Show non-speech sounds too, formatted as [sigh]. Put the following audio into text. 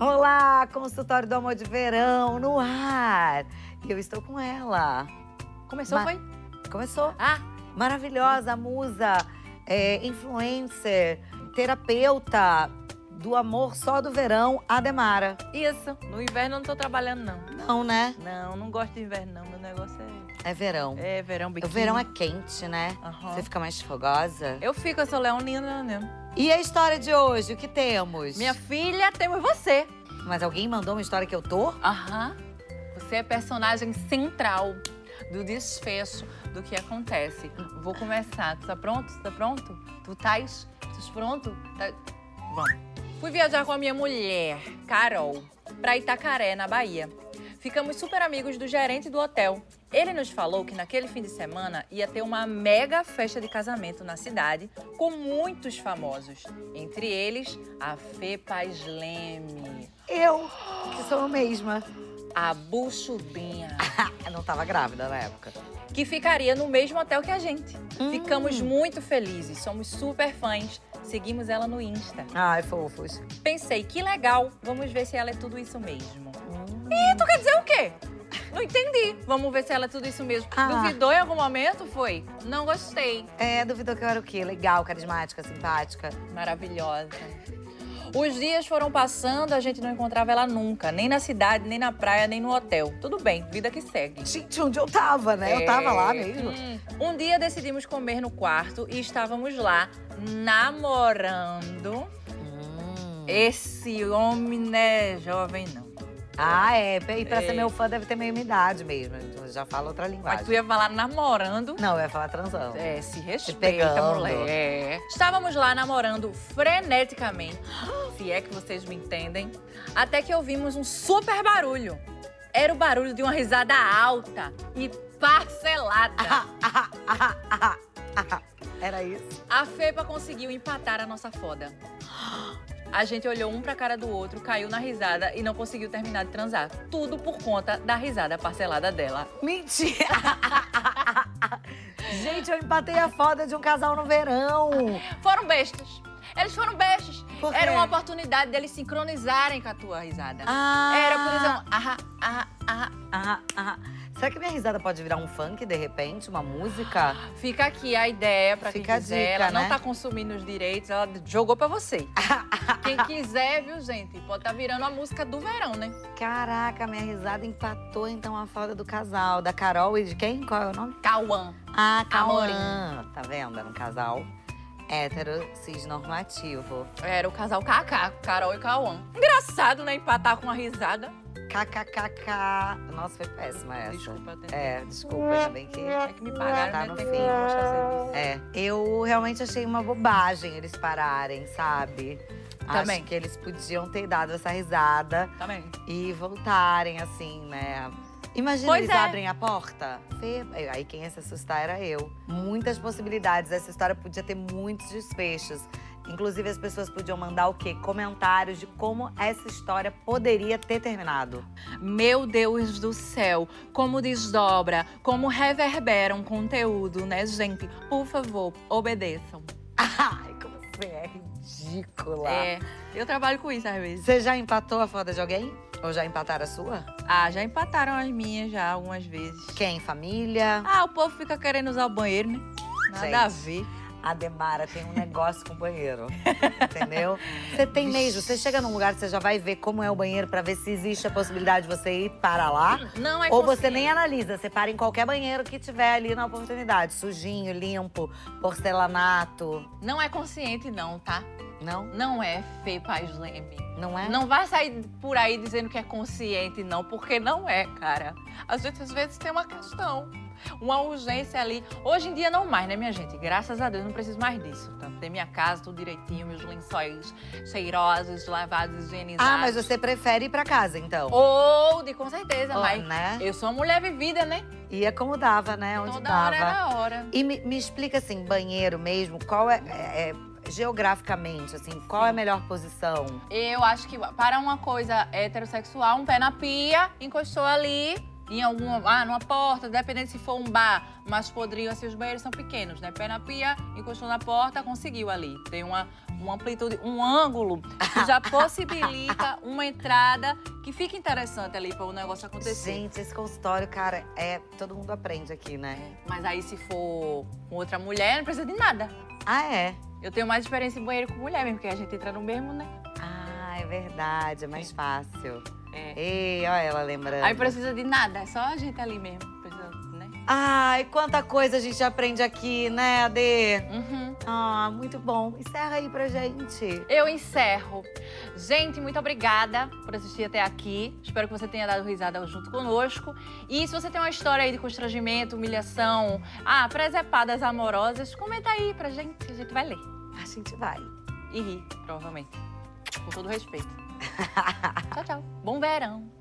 Olá, consultório do amor de verão no ar. E eu estou com ela. Começou, Ma- foi? Começou. Ah, Maravilhosa musa, é, influencer, terapeuta do amor só do verão, Ademara. isso. No inverno eu não tô trabalhando, não. Não, né? Não, não gosto de inverno, não. Meu negócio é, É verão. é verão, O biquíni. verão é quente, né? Aham. Você fica mais fogosa. Eu fico, eu sou leonina, né? E a história de hoje, o que temos? Minha filha, temos você. Mas alguém mandou uma história que eu tô? Aham. Você é personagem central do desfecho do que acontece. Vou começar. Tu tá pronto? Tu tá pronto? Tu tais? Tu pronto? Tá- Vamos. Fui viajar com a minha mulher, Carol, pra Itacaré, na Bahia. Ficamos super amigos do gerente do hotel. Ele nos falou que naquele fim de semana ia ter uma mega festa de casamento na cidade com muitos famosos, entre eles a Fê Paz Leme, Eu, que sou eu mesma. a Buchubinha, Eu não tava grávida na época. que ficaria no mesmo hotel que a gente. Hum. Ficamos muito felizes, somos super fãs, seguimos ela no Insta. Ai, fofos. Pensei, que legal, vamos ver se ela é tudo isso mesmo. Hum. O quê? Não entendi. Vamos ver se ela é tudo isso mesmo. Ah. Duvidou em algum momento? Foi. Não gostei. É, duvidou que eu era o quê? Legal, carismática, simpática. Maravilhosa. Os dias foram passando, a gente não encontrava ela nunca. Nem na cidade, nem na praia, nem no hotel. Tudo bem, vida que segue. Gente, onde eu tava, né? Eu tava lá É. mesmo. Hum. Um dia decidimos comer no quarto e estávamos lá namorando. Hum. Esse homem não é jovem, não. Ah, é. E pra ser É. meu fã, deve ter meia idade mesmo. Eu já falo outra Mas tu linguagem. ia falar namorando. Não, eu ia falar transão. É, se respeita, pegando. mulher. É. Estávamos lá namorando freneticamente, [gasps] se é que vocês me entendem, até que ouvimos um super barulho. Era o barulho de uma risada alta e parcelada. [laughs] Era isso. A Fepa conseguiu empatar a nossa foda. A gente olhou um pra cara do outro, caiu na risada e não conseguiu terminar de transar. Tudo por conta da risada parcelada dela. Mentira! [laughs] Gente, eu empatei a foda de um casal no verão. Foram bestas. Eles foram bestas. Por quê? Era uma oportunidade deles sincronizarem com a tua risada. Ah, Era, por exemplo, ah, ah, ah. Ah, ah. Será que minha risada pode virar um funk, de repente? Uma música? Fica aqui a ideia pra Fica a quem quiser. dica, ela né? não tá consumindo os direitos, ela jogou [laughs] pra você. quem quiser, viu, gente? Pode tá virando a música do verão, né? Caraca, minha risada empatou então a foda do casal. Da Carol e de quem? Qual é o nome? Cauã. Ah, Amorim. Cauã. Tá vendo? Era um casal hétero cisnormativo. Era o casal Kaká, Carol e Cauã. Engraçado, né? Empatar com uma risada. KKKK. Nossa, foi péssima essa. Desculpa, até. É, desculpa, ainda bem que. É que me pagaram, Tá né? no Tem fim. que mostrar serviço. É, eu realmente achei uma bobagem eles pararem, sabe? Também. Acho que eles podiam ter dado essa risada Também. e voltarem, assim, né? Imagina, Pois eles é. abrem a porta. Fê, aí quem ia se assustar era eu. Muitas possibilidades. Essa história podia ter muitos desfechos. Inclusive, as pessoas podiam mandar o quê? Comentários de como essa história poderia ter terminado. [laughs] Meu Deus do céu, como desdobra, como reverbera um conteúdo, né, gente? Por favor, obedeçam. Ai, como você é ridícula. É, eu trabalho com isso às vezes. Você já empatou a foda de alguém? Ou já empataram a sua? Ah, já empataram as minhas já algumas vezes. Quem? Família? Ah, o povo fica querendo usar o banheiro, né? Nada Gente. a ver. A Demara tem um negócio com o [laughs] banheiro. Entendeu? Você tem Vixe. mesmo. Você chega num lugar, você já vai ver como é o banheiro pra ver se existe a possibilidade de você ir para lá. Não é Ou você consciente. nem analisa, você para em qualquer banheiro que tiver ali na oportunidade. Sujinho, limpo, porcelanato. Não é consciente não, tá? Não? Não é Fê Paz Leme. Não é? Não vai sair por aí dizendo que é consciente, não, porque não é, cara. A gente às vezes tem uma questão, uma urgência ali. Hoje em dia não mais, né, minha gente? Graças a Deus não preciso mais disso. Tanto ter minha casa tudo direitinho, meus lençóis cheirosos, lavados, higienizados. Ah, mas você prefere ir pra casa, então. é Ou, de com certeza, Ó, mas né? eu sou uma mulher vivida, né? Ia como dava, né? Onde Toda dava. hora é na hora. E me, me explica assim, banheiro mesmo, qual é, é- é- geograficamente, assim, qual é a melhor posição? Eu acho que para uma coisa heterossexual, um pé na pia, encostou ali, Em alguma, ah, numa porta, dependendo se for um bar, mas poderiam ser os banheiros são pequenos, né? Pé na pia, encostou na porta, conseguiu ali. Tem uma, uma amplitude, um ângulo que já possibilita uma entrada que fica interessante ali para o negócio acontecer. Gente, esse consultório, cara, é. Todo mundo aprende aqui, né? É, Mas aí se for com outra mulher, não precisa de nada. Ah, é? Eu tenho mais experiência em banheiro com mulher mesmo, porque a gente entra no mesmo, né? Ah, é verdade, é mais fácil. É. Ei, olha ela lembrando. Aí precisa de nada, é só a gente ali mesmo. Precisa, né? Ai, quanta coisa a gente aprende aqui, né, Adê? Uhum. Ah, muito bom. Encerra aí pra gente. Eu encerro. Gente, muito obrigada por assistir até aqui. Espero que você tenha dado risada junto conosco. E se você tem uma história aí de constrangimento, humilhação, ah, presepadas amorosas, comenta aí pra gente, que a gente vai ler. A gente vai. E rir, provavelmente. Com todo respeito. tchau, tchau. Bom verão.